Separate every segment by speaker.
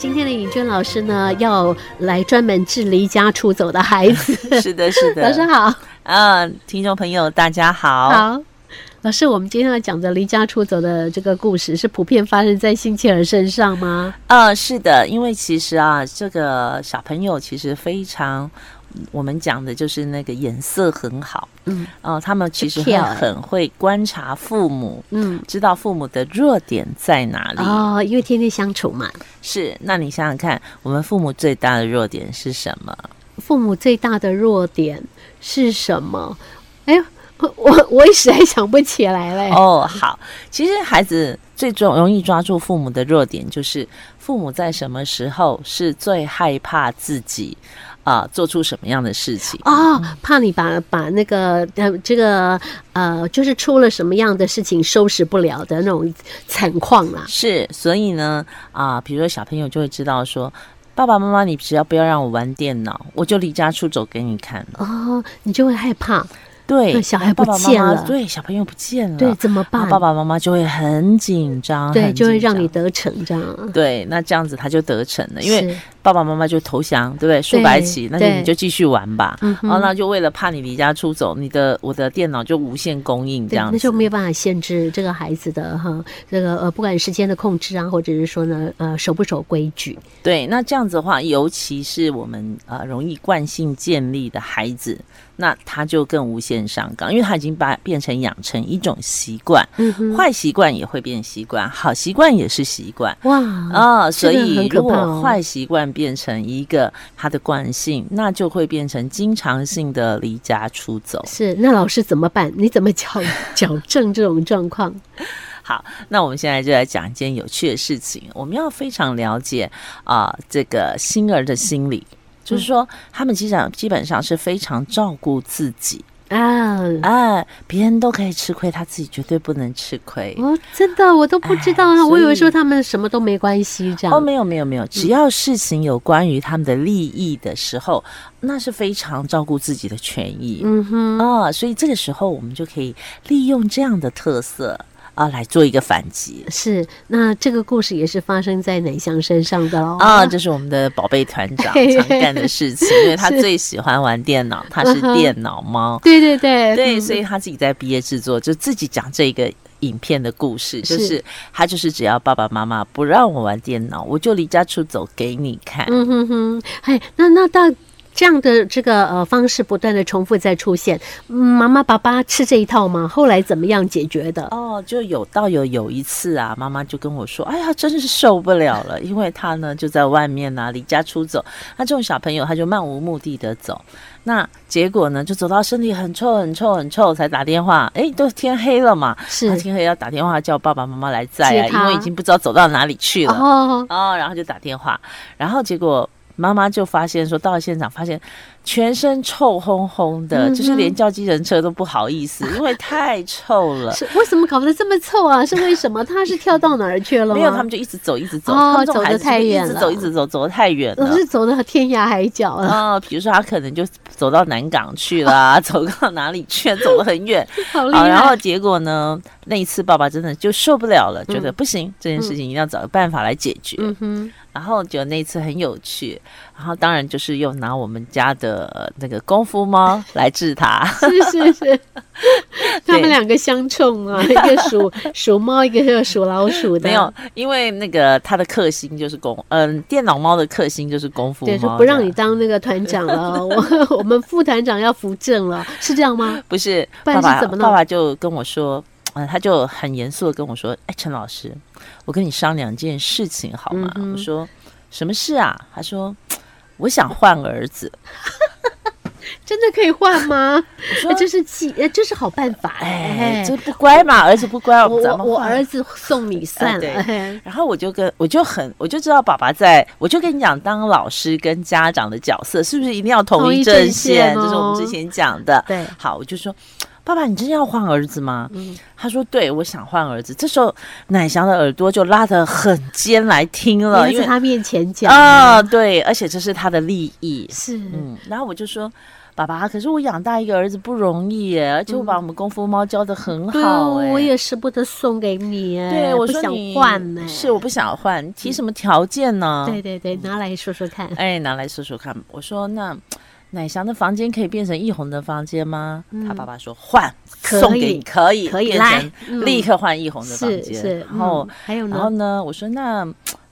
Speaker 1: 今天的尹娟老师呢，要来专门治离家出走的孩 子。
Speaker 2: 是的，是的。
Speaker 1: 老师好。
Speaker 2: 啊，听众朋友大家好。
Speaker 1: 好，老师，我们今天要讲的离家出走的这个故事，是普遍发生在辛弃儿身上吗？
Speaker 2: 呃，是的，因为其实啊，这个小朋友其实非常，我们讲的就是那个眼色很好，
Speaker 1: 嗯，
Speaker 2: 呃，他们其
Speaker 1: 是
Speaker 2: 实很
Speaker 1: 跳欸
Speaker 2: 很会观察父母，
Speaker 1: 嗯，
Speaker 2: 知道父母的弱点在哪里。
Speaker 1: 哦，因为天天相处嘛，
Speaker 2: 是，那你想想看，我们父母最大的弱点是什么？
Speaker 1: 父母最大的弱点是什么？哎呦，我我一时还想不起来嘞。
Speaker 2: 哦，好，其实孩子最重容易抓住父母的弱点，就是父母在什么时候是最害怕自己啊、做出什么样的事情。
Speaker 1: 哦，怕你把把那个呃这个呃，就是出了什么样的事情收拾不了的那种惨况啊啦、
Speaker 2: 是，所以呢，啊、比如说小朋友就会知道说，爸爸妈妈，你只要不要让我玩电脑，我就离家出走给你看。
Speaker 1: 哦，你就会害怕，
Speaker 2: 对，
Speaker 1: 那小孩
Speaker 2: 爸
Speaker 1: 不
Speaker 2: 爸妈
Speaker 1: 见
Speaker 2: 妈
Speaker 1: 了
Speaker 2: 对，小朋友不见了，
Speaker 1: 对，怎么
Speaker 2: 然
Speaker 1: 办？
Speaker 2: 后爸爸妈妈就会很紧张，
Speaker 1: 对，
Speaker 2: 很
Speaker 1: 就会
Speaker 2: 紧
Speaker 1: 让你
Speaker 2: 张。
Speaker 1: 得逞这样。啊
Speaker 2: 对，那这样子他就得逞了，因为
Speaker 1: 是
Speaker 2: 爸爸妈妈就投降，对不对？数白起，那就
Speaker 1: 对
Speaker 2: 你就继续玩吧。
Speaker 1: 嗯
Speaker 2: 然后那就为了怕你离家出走，你的我的电脑就无限供应这
Speaker 1: 对，
Speaker 2: 样
Speaker 1: 那
Speaker 2: 子
Speaker 1: 就。没有办法限制这个孩子的哈，这个呃，不管时间的控制啊，或者是说呢，呃，守不守规矩，
Speaker 2: 对，那这样子的话，尤其是我们呃容易惯性建立的孩子，那他就更无限上纲，因为他已经把变成养成一种习惯，
Speaker 1: 嗯哼，
Speaker 2: 坏习惯也会变习惯，好习惯也是习惯。
Speaker 1: 哇，
Speaker 2: 啊、所
Speaker 1: 这个
Speaker 2: 以
Speaker 1: 嗯很可
Speaker 2: 如
Speaker 1: 怕
Speaker 2: 果
Speaker 1: 哦
Speaker 2: 坏习惯变成一个他的惯性，那就会变成经常性的离家出走。
Speaker 1: 是那老师怎么办？你怎么矫矫正这种状况？
Speaker 2: 好，那我们现在就来讲一件有趣的事情。我们要非常了解啊、这个星儿的心理，就是说他们其实啊基本上是非常照顾自己，
Speaker 1: 啊，
Speaker 2: 哎、别人都可以吃亏，他自己绝对不能吃亏。
Speaker 1: 哦，真的，我都不知道
Speaker 2: 哎
Speaker 1: 啊，我以
Speaker 2: 所
Speaker 1: 为
Speaker 2: 以
Speaker 1: 说他们什么都没关系这
Speaker 2: 哦，
Speaker 1: 样。
Speaker 2: 没有没有没有，只要事情有关于他们的利益的时候，那是非常照顾自己的权益。
Speaker 1: 嗯哼，
Speaker 2: 啊、所以这个时候我们就可以利用这样的特色啊、来做一个反击
Speaker 1: 是。那这个故事也是发生在奶香身上的哦。
Speaker 2: 啊、这是我们的宝贝团长 常干的事情，因为他
Speaker 1: 是
Speaker 2: 最喜欢玩电脑，他是
Speaker 1: 嗯哼
Speaker 2: 电脑猫，
Speaker 1: 对对对嗯
Speaker 2: 对，所
Speaker 1: 以
Speaker 2: 以他自己在毕业制作就自己讲这个。影片的故事就是是他就是只要爸爸妈妈不让我玩电脑，我就离家出走给你看。
Speaker 1: 嗯哼哼，哎，那那到。这样的这个呃方式不断的重复再出现，嗯妈妈爸爸吃这一套吗？后来怎么样解决的？
Speaker 2: 哦，就有到有有一次啊，妈妈就跟我说：“哎呀，真是受不了了，因为他呢就在外面啊，离家出走。那这种小朋友他就漫无目的的走，那结果呢就走到身体很臭、很臭、很臭，才打电话。哎，都天黑了嘛，他
Speaker 1: 是
Speaker 2: 天黑要打电话叫爸爸妈妈来载啊，
Speaker 1: 接他
Speaker 2: 因为已经不知道走到哪里去了。
Speaker 1: 哦，
Speaker 2: 哦，然后就打电话，然后结果妈妈就发现说，到了现场发现全身臭烘烘的，
Speaker 1: 嗯
Speaker 2: 就是连叫计程车都不好意思，因为太臭了。
Speaker 1: 是为什么搞得这么臭啊？是为什么？他是跳到哪儿去了吗？
Speaker 2: 没有，他们就一直走，一直走，
Speaker 1: 哦
Speaker 2: 他们这种
Speaker 1: 走得
Speaker 2: 孩子就
Speaker 1: 太
Speaker 2: 是
Speaker 1: 远
Speaker 2: 一直
Speaker 1: 了
Speaker 2: 走，一直走，走得太远
Speaker 1: 老
Speaker 2: 了。
Speaker 1: 是呃走到天涯海角了，
Speaker 2: 啊、比如说他可能就走到南港去了啊、 走到哪里去了，走得很远。
Speaker 1: 好厉
Speaker 2: 好，然后
Speaker 1: 害！
Speaker 2: 结果呢，那一次爸爸真的就受不了了，觉得
Speaker 1: 嗯
Speaker 2: 不行，这件事情一定要找个办法来解决。
Speaker 1: 嗯哼，
Speaker 2: 然后就那次很有趣，然后当然就是又拿我们家的呃那个功夫猫来治他。
Speaker 1: 是是 是，他们
Speaker 2: 对
Speaker 1: 两个相冲 啊，一个属属猫，一个是属老鼠的，
Speaker 2: 没有，因为那个他的克星就是功，嗯、电脑猫的克星就是功夫猫这
Speaker 1: 对，
Speaker 2: 样，
Speaker 1: 说不让你当那个团长了， 我我们副团长要扶正了，是这样吗？
Speaker 2: 不是，
Speaker 1: 不然
Speaker 2: 爸
Speaker 1: 是
Speaker 2: 爸
Speaker 1: 怎么弄
Speaker 2: 爸爸就跟我说，嗯、他就很严肃的跟我说：“哎，陈老师，我跟你商量件事情好吗？”
Speaker 1: 嗯哼
Speaker 2: 我说：“什么事啊？”他说：“我想换儿子。
Speaker 1: 真的可以换吗？”
Speaker 2: 我
Speaker 1: 哎
Speaker 2: 说
Speaker 1: 这是计，哎这是好办法：“
Speaker 2: 哎，
Speaker 1: 哎
Speaker 2: 这。不乖嘛，儿子不乖，
Speaker 1: 我
Speaker 2: 咱
Speaker 1: 我
Speaker 2: 们
Speaker 1: 我
Speaker 2: 换
Speaker 1: 儿。子送你算
Speaker 2: 哎
Speaker 1: 了
Speaker 2: 对，
Speaker 1: 哎”
Speaker 2: 然后我就跟我就很我就知道爸爸在，我就跟你讲，当老师跟家长的角色是不是一定要
Speaker 1: 同
Speaker 2: 同
Speaker 1: 一
Speaker 2: 一
Speaker 1: 阵
Speaker 2: 阵线？
Speaker 1: 线
Speaker 2: 这是我
Speaker 1: 哦
Speaker 2: 们之前讲的。
Speaker 1: 对，
Speaker 2: 好，我就说，爸爸，你真的要换儿子吗？
Speaker 1: 嗯
Speaker 2: 他说，对，我想换儿子。这时候，奶翔的耳朵就拉得很尖来听了，
Speaker 1: 你
Speaker 2: 因
Speaker 1: 要在
Speaker 2: 为
Speaker 1: 他面前讲
Speaker 2: 啊、
Speaker 1: 啊，
Speaker 2: 对，而且这是他的利益。嗯
Speaker 1: 是
Speaker 2: 嗯，然后我就说，爸爸，可是我养大一个儿子不容易耶，而且我把我们功夫猫教的很
Speaker 1: 对啊，
Speaker 2: 好哎。
Speaker 1: 我也舍不得送给你哎，
Speaker 2: 对我
Speaker 1: 不
Speaker 2: 说
Speaker 1: 想
Speaker 2: 你
Speaker 1: 换哎，
Speaker 2: 是我不想换，提什么条件呢？
Speaker 1: 对对对，拿来说说看。
Speaker 2: 哎，拿来说说看。我说那奶翔的房间可以变成易红的房间吗？
Speaker 1: 嗯
Speaker 2: 他爸爸说换，
Speaker 1: 可
Speaker 2: 送
Speaker 1: 以
Speaker 2: 给你，可以，
Speaker 1: 可以
Speaker 2: 变
Speaker 1: 来
Speaker 2: 成
Speaker 1: 嗯
Speaker 2: 立刻换易红的房
Speaker 1: 是
Speaker 2: 间。
Speaker 1: 是，
Speaker 2: 然后
Speaker 1: 嗯、还有
Speaker 2: 然后
Speaker 1: 呢？
Speaker 2: 呢，我说那。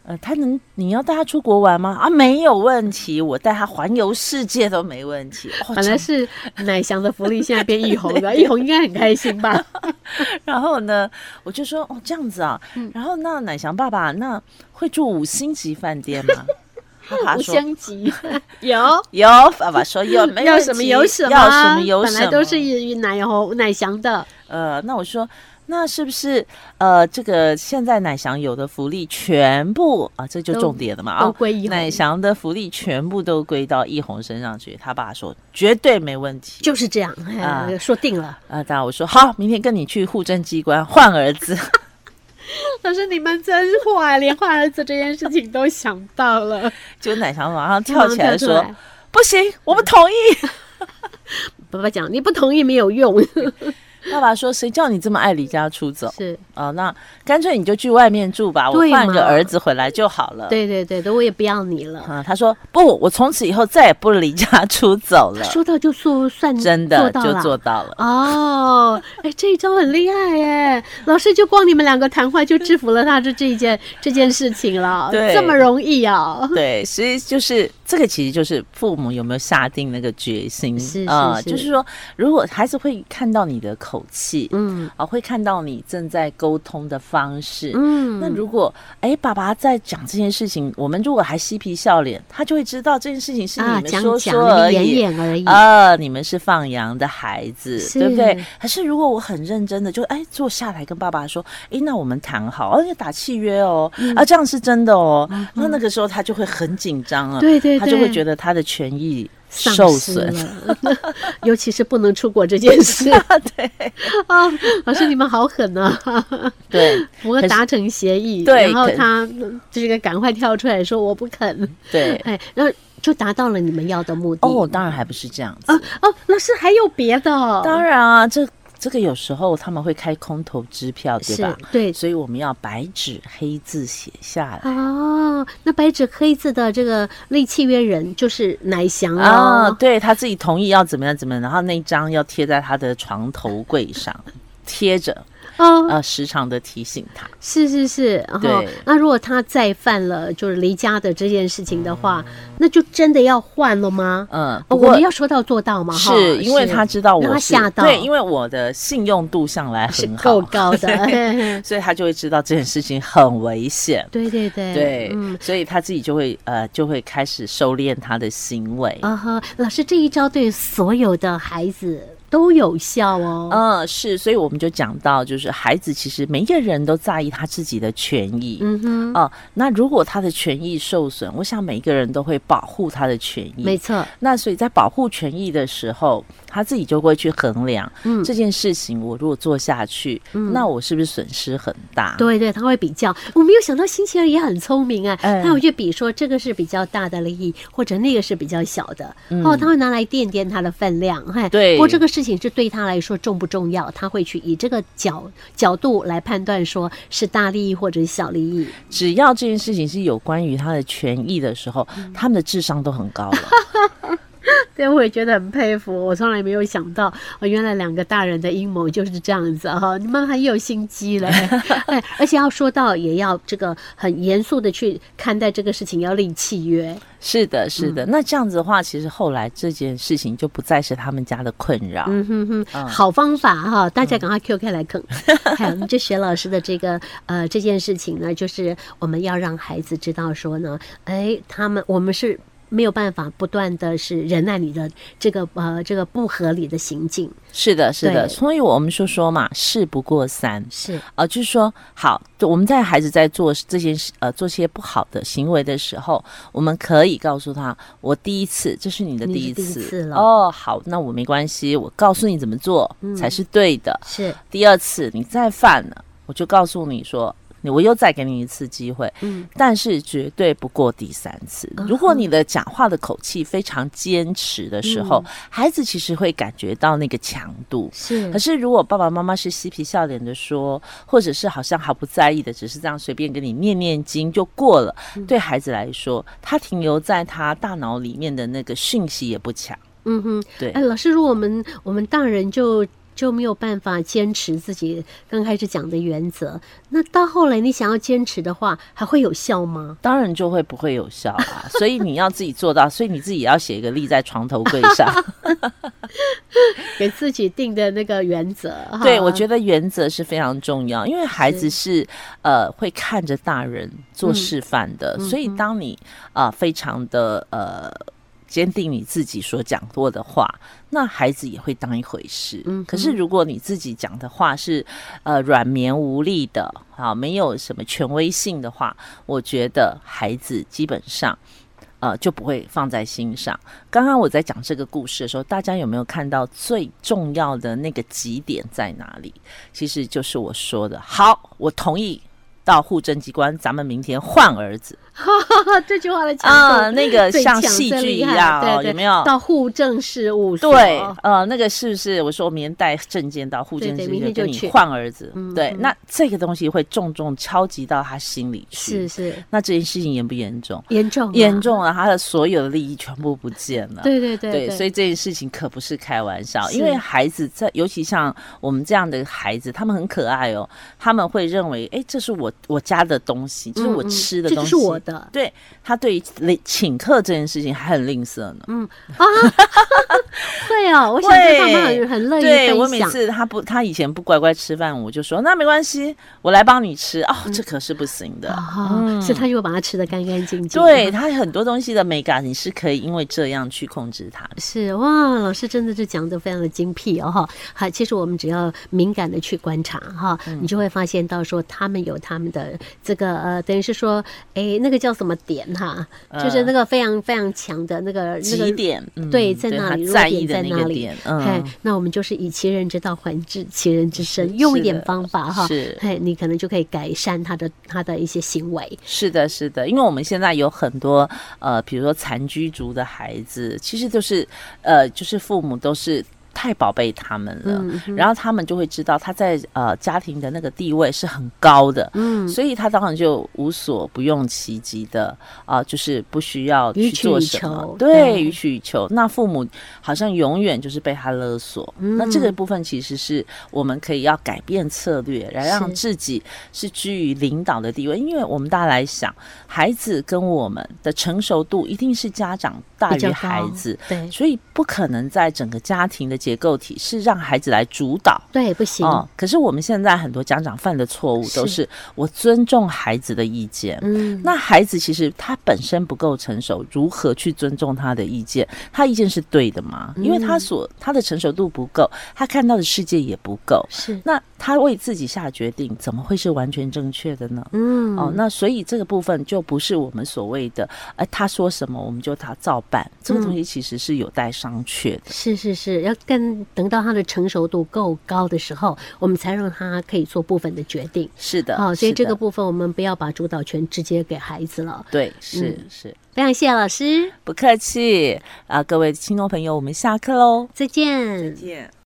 Speaker 2: 呃，他能，你要带他出国玩吗？啊，没有问题，我带他环游世界都没问题。哦
Speaker 1: 本来 是奶翔的福利，现在变易红了，易红应该很开心 吧？
Speaker 2: 然后呢，我就说哦这样子啊，
Speaker 1: 嗯
Speaker 2: 然后那奶翔爸爸那会住五星级饭店吗？ 他爸
Speaker 1: 五
Speaker 2: 说
Speaker 1: 香级有。
Speaker 2: 有，爸爸说有，没
Speaker 1: 要
Speaker 2: 问
Speaker 1: 什么
Speaker 2: 题
Speaker 1: 有什么，啊
Speaker 2: 要什么有什
Speaker 1: 本
Speaker 2: 么，
Speaker 1: 来都是以奶红奶翔的，
Speaker 2: 呃，那我说。那是不是呃，这个现在奶翔有的福利全部啊，这就
Speaker 1: 都
Speaker 2: 重点了嘛啊，
Speaker 1: 都归一红
Speaker 2: 奶翔的福利全部都归到易红身上去。他爸说绝对没问题。
Speaker 1: 就是这样，哎
Speaker 2: 啊
Speaker 1: 说定了。
Speaker 2: 啊，当然我说好，明天跟你去户政机关换 儿子。
Speaker 1: 可是你们真坏，连换儿子这件事情都想到了，
Speaker 2: 就奶翔马上跳起来
Speaker 1: 马
Speaker 2: 说
Speaker 1: 上跳出来
Speaker 2: 不行，我不同意。
Speaker 1: 爸爸讲你不同意没有用，嗯
Speaker 2: 爸爸说谁叫你这么爱离家出走
Speaker 1: 是
Speaker 2: 啊、那干脆你就去外面住吧，我
Speaker 1: 对
Speaker 2: 换个
Speaker 1: 嘛
Speaker 2: 儿子回来就好了。
Speaker 1: 对对对对，我也不要你了。
Speaker 2: 啊、他说不，我从此以后再也不离家出走了。
Speaker 1: 说到就做，算
Speaker 2: 真
Speaker 1: 嗯做
Speaker 2: 的
Speaker 1: 到
Speaker 2: 就
Speaker 1: 了
Speaker 2: 做到了。
Speaker 1: 哦，哎，这一招很厉害哎！老师就光你们两个谈话就制服了他这这一 件这件事情了，
Speaker 2: 对
Speaker 1: 这么容易啊？
Speaker 2: 对，所以就是这个，其实就是父母有没有下定那个决心呃
Speaker 1: 是是是
Speaker 2: 就是说，如果孩子会看到你的口气，
Speaker 1: 嗯
Speaker 2: 啊，会看到你正在沟通的方式。
Speaker 1: 嗯，
Speaker 2: 那如果哎，爸爸在讲这件事情，我们如果还嬉皮笑脸，他就会知道这件事情是你
Speaker 1: 啊，
Speaker 2: 们
Speaker 1: 讲
Speaker 2: 说
Speaker 1: 讲
Speaker 2: 说而
Speaker 1: 你们
Speaker 2: 已。
Speaker 1: 演演而已，
Speaker 2: 啊，你们是放羊的孩子，
Speaker 1: 嗯是
Speaker 2: 对不对？可是如果我很认真的，就哎坐下来跟爸爸说，哎，那我们谈好，而、且打契约哦，
Speaker 1: 嗯
Speaker 2: 啊，这样是真的哦。那那个时候他就会很紧张啊，
Speaker 1: 对对对，
Speaker 2: 他就会觉得他的权益
Speaker 1: 丧
Speaker 2: 受
Speaker 1: 失
Speaker 2: 损。
Speaker 1: 了， 尤其是不能出国这件事
Speaker 2: 对
Speaker 1: 啊！老师，你们好狠啊！
Speaker 2: 对
Speaker 1: 不过
Speaker 2: 可是
Speaker 1: 达成协议，
Speaker 2: 对
Speaker 1: 然后
Speaker 2: 可
Speaker 1: 他嗯这个赶快跳出来说我不肯，
Speaker 2: 对，
Speaker 1: 哎，然后就达到了你们要的目的。
Speaker 2: 哦，当然还不是这样子。
Speaker 1: 啊哦，老师还有别的哦，
Speaker 2: 当然啊，这这个有时候他们会开空头支票，对
Speaker 1: 是
Speaker 2: 吧？
Speaker 1: 对
Speaker 2: 所以我们要白纸黑字写下来。
Speaker 1: 哦，那白纸黑字的这个立契约人就是奶翔
Speaker 2: 啊，
Speaker 1: 哦，
Speaker 2: 对他自己同意要怎么样怎么样，然后那一张要贴在他的床头柜上，贴着，
Speaker 1: 哦，
Speaker 2: 呃，时常的提醒他。
Speaker 1: 是是是，然后
Speaker 2: 对
Speaker 1: 那如果他再犯了就是离家的这件事情的话，那就真的要换了吗？
Speaker 2: 嗯，
Speaker 1: 哦
Speaker 2: 不
Speaker 1: 我
Speaker 2: 过
Speaker 1: 们要说到做到嘛，哈
Speaker 2: 是因为他知道
Speaker 1: 让
Speaker 2: 我
Speaker 1: 他
Speaker 2: 是
Speaker 1: 吓到，
Speaker 2: 对，因为我的信用度向来
Speaker 1: 是
Speaker 2: 很好
Speaker 1: 够，高 的，
Speaker 2: 所以他就会知道这件事情很危险。
Speaker 1: 对对对，
Speaker 2: 对，
Speaker 1: 嗯。
Speaker 2: 所以他自己就会呃，就会开始收敛他的行为。
Speaker 1: 啊哈，老师这一招对所有的孩子都有效哦。
Speaker 2: 嗯，是，所以我们就讲到，就是孩子其实每一个人都在意他自己的权益。
Speaker 1: 嗯哼，
Speaker 2: 哦、那如果他的权益受损，我想每一个人都会保护他的权
Speaker 1: 没
Speaker 2: 益。
Speaker 1: 错，
Speaker 2: 那所以在保护权益的时候，他自己就会去衡量、
Speaker 1: 嗯
Speaker 2: 这件事情，我如果做下去，那我是不是损失很大？
Speaker 1: 对对，他会比较。我没有想到星期二也很聪明哎，
Speaker 2: 哎
Speaker 1: 他有去比说这个是比较大的利益，或者那个是比较小的，哦，他会拿来掂掂他的分量。嘿，
Speaker 2: 对
Speaker 1: 不过这个事情是对他来说重不重要，他会去以这个角角度来判断，说是大利益或者是小利益。
Speaker 2: 只要这件事情是有关于他的权益的时候，
Speaker 1: 嗯
Speaker 2: 他们的智商都很高 了。
Speaker 1: 对，我也觉得很佩服，我从来没有想到，哦、原来两个大人的阴谋就是这样子哈、你们很有心机嘞， 哎，而且要说到也要这个很严肃的去看待这个事情，要立契约，
Speaker 2: 是的，是的。
Speaker 1: 嗯
Speaker 2: 那这样子的话，其实后来这件事情就不再是他们家的困扰。
Speaker 1: 嗯哼哼，好方法哈、大家赶快 QK 来啃。还有我们这学老师的这个呃这件事情呢，就是我们要让孩子知道说呢，哎，他们我们是。没有办法，不断的是忍耐你的这个呃这个不合理的行径，
Speaker 2: 是的，是的，
Speaker 1: 对
Speaker 2: 所以我们就说嘛，事不过三。
Speaker 1: 是
Speaker 2: 呃，就是说，好，就我们在孩子在做这件事，呃，做些不好的行为的时候，我们可以告诉他，我第一次，这是你的
Speaker 1: 你是
Speaker 2: 第一
Speaker 1: 第一
Speaker 2: 次，
Speaker 1: 次了嗯
Speaker 2: 哦，好，那我没关系，我告诉你怎么做、才是对的。
Speaker 1: 是，
Speaker 2: 第二次你再犯了，我就告诉你说，我又再给你一次机会，
Speaker 1: 嗯
Speaker 2: 但是绝对不过第三次。如果你的讲话的口气非常坚持的
Speaker 1: 嗯
Speaker 2: 时候，孩子其实会感觉到那个强度。
Speaker 1: 是，
Speaker 2: 可是，如果爸爸妈妈是嬉皮笑脸的说，或者是好像毫不在意的，只是这样随便跟你念念经就过了，对孩子来说，他停留在他大脑里面的那个讯息也不强。
Speaker 1: 嗯哼，
Speaker 2: 对
Speaker 1: 哎，，老师，如果我们我们大人就就没有办法坚持自己刚开始讲的原则，那到后来你想要坚持的话，还会有效吗？
Speaker 2: 当然就会不会有效啊。所以你要自己做到，所以你自己也要写一个立在床头柜上。
Speaker 1: 给自己定的那个原则，
Speaker 2: 对，我
Speaker 1: 得
Speaker 2: 觉得原则是非常重要，因为孩子是呃会看着大人做
Speaker 1: 嗯
Speaker 2: 示范的，
Speaker 1: 嗯
Speaker 2: 所以
Speaker 1: 哼
Speaker 2: 当你啊、呃非常的呃坚定你自己所讲过的话，那孩子也会当一回事。
Speaker 1: 嗯
Speaker 2: 可是
Speaker 1: 哼
Speaker 2: 如果你自己讲的话是呃软绵无力的，啊，没有什么权威性的话，我觉得孩子基本上。呃，就不会放在心上。刚刚我在讲这个故事的时候，大家有没有看到最重要的那个极点在哪里？其实就是我说的，好，我同意到户政机关，咱们明天换 儿子
Speaker 1: 这句话的强度
Speaker 2: 啊、那个
Speaker 1: 最
Speaker 2: 像
Speaker 1: 强
Speaker 2: 戏
Speaker 1: 最
Speaker 2: 剧一
Speaker 1: 厉害
Speaker 2: 样
Speaker 1: 对
Speaker 2: 哦，
Speaker 1: 对
Speaker 2: 有没有？
Speaker 1: 到户政事务所，
Speaker 2: 对，呃，那个是不是？我说我明天带证件到户
Speaker 1: 对
Speaker 2: 政
Speaker 1: 对
Speaker 2: 事务
Speaker 1: 明
Speaker 2: 所
Speaker 1: 天就
Speaker 2: 跟你
Speaker 1: 去
Speaker 2: 换儿子
Speaker 1: 嗯，
Speaker 2: 对，
Speaker 1: 嗯
Speaker 2: 那这个东西会重重敲击到他心里去
Speaker 1: 是。是
Speaker 2: 那这件事情严不严重？
Speaker 1: 严重啊
Speaker 2: 严，重了，他的所有的利益全部不见了。
Speaker 1: 对对对
Speaker 2: 对，所
Speaker 1: 以
Speaker 2: 以这件事情可不是开玩笑，
Speaker 1: 是
Speaker 2: 因为孩子在，尤其像我们这样的孩子，他们很可爱哦，他们会认为，哎，这是我我家的东西，这是我吃
Speaker 1: 嗯
Speaker 2: 的
Speaker 1: 这
Speaker 2: 东西，
Speaker 1: 就是我的
Speaker 2: 对他对于领请客这件事情还很吝啬呢。
Speaker 1: 啊，会哦，我想说他们
Speaker 2: 会
Speaker 1: 很很乐意
Speaker 2: 对我
Speaker 1: 分
Speaker 2: 每
Speaker 1: 享，
Speaker 2: 次他不，他以前不乖乖吃饭，我就说那没关系，我来帮你吃哦，
Speaker 1: 嗯
Speaker 2: 这可是不行的。
Speaker 1: 哦，所以他就会把它吃的干干净净，嗯
Speaker 2: 嗯对他很多东西的美感，你是可以因为这样去控制它的。
Speaker 1: 是哇，老师真的是讲的非常的精辟哦哈。好，其实我们只要敏感的去观察哈，
Speaker 2: 嗯
Speaker 1: 你就会发现到说他们有他们的这个呃，等于是说，哎，那个叫什么点哈，就是那个非常非常强的那个那
Speaker 2: 几
Speaker 1: 个。
Speaker 2: 呃点？嗯
Speaker 1: 对在哪里
Speaker 2: 他
Speaker 1: 弱
Speaker 2: 在
Speaker 1: 点
Speaker 2: 意的
Speaker 1: 在
Speaker 2: 那
Speaker 1: 哪
Speaker 2: 个
Speaker 1: 里
Speaker 2: 点，
Speaker 1: 哎
Speaker 2: 嗯，，
Speaker 1: 那我们就是以其人之道还治其人之身
Speaker 2: 是，
Speaker 1: 用一
Speaker 2: 是
Speaker 1: 点
Speaker 2: 的
Speaker 1: 方法哈，
Speaker 2: 是
Speaker 1: 哎，你可能就可以改善他的他的一些行为。
Speaker 2: 是的，是的，因为我们现在有很多呃，比如说残居族的孩子，其实就是呃，就是父母都是。太宝贝他们了，
Speaker 1: 嗯
Speaker 2: 然后他们就会知道他在呃家庭的那个地位是很高的，
Speaker 1: 嗯
Speaker 2: 所以他当然就无所不用其极的啊、就是不需要
Speaker 1: 予
Speaker 2: 去
Speaker 1: 取
Speaker 2: 做
Speaker 1: 予
Speaker 2: 什么
Speaker 1: 求，
Speaker 2: 对，
Speaker 1: 对
Speaker 2: 予取予求。那父母好像永远就是被他勒索，那这个部分其实是我们可以要改变策略，来让
Speaker 1: 是
Speaker 2: 自己是居于领导的地位，因为我们大家来想，孩子跟我们的成熟度一定是家长大
Speaker 1: 比较
Speaker 2: 于
Speaker 1: 高
Speaker 2: 孩子。
Speaker 1: 对
Speaker 2: 所以不可能在整个家庭的结构体是让孩子来主导，
Speaker 1: 对，不行，
Speaker 2: 哦，可是我们现在很多家长犯的错误都
Speaker 1: 是
Speaker 2: 是我尊重孩子的意见。
Speaker 1: 嗯，
Speaker 2: 那孩子其实他本身不够成熟，如何去尊重他的意见？他意见是对的吗？因为
Speaker 1: 嗯
Speaker 2: 他所他的成熟度不够，他看到的世界也不够。
Speaker 1: 是，
Speaker 2: 那他为自己下决定，怎么会是完全正确的呢？
Speaker 1: 嗯，
Speaker 2: 哦，那所以这个部分就不是我们所谓的，哎、他说什么我们就他照办，这
Speaker 1: 嗯
Speaker 2: 个东西其实是有待商榷的。
Speaker 1: 是是是，要更等到他的成熟度够高的时候，我们才让他可以做部分的决定。
Speaker 2: 是的，
Speaker 1: 哦，所以
Speaker 2: 呃是
Speaker 1: 这个
Speaker 2: 的
Speaker 1: 部分我们不要把主导权直接给孩子了。
Speaker 2: 对是、
Speaker 1: 嗯
Speaker 2: 是。
Speaker 1: 非常谢谢老师，
Speaker 2: 不客气啊、各位听众朋友，我们下课喽，
Speaker 1: 再见。
Speaker 2: 见。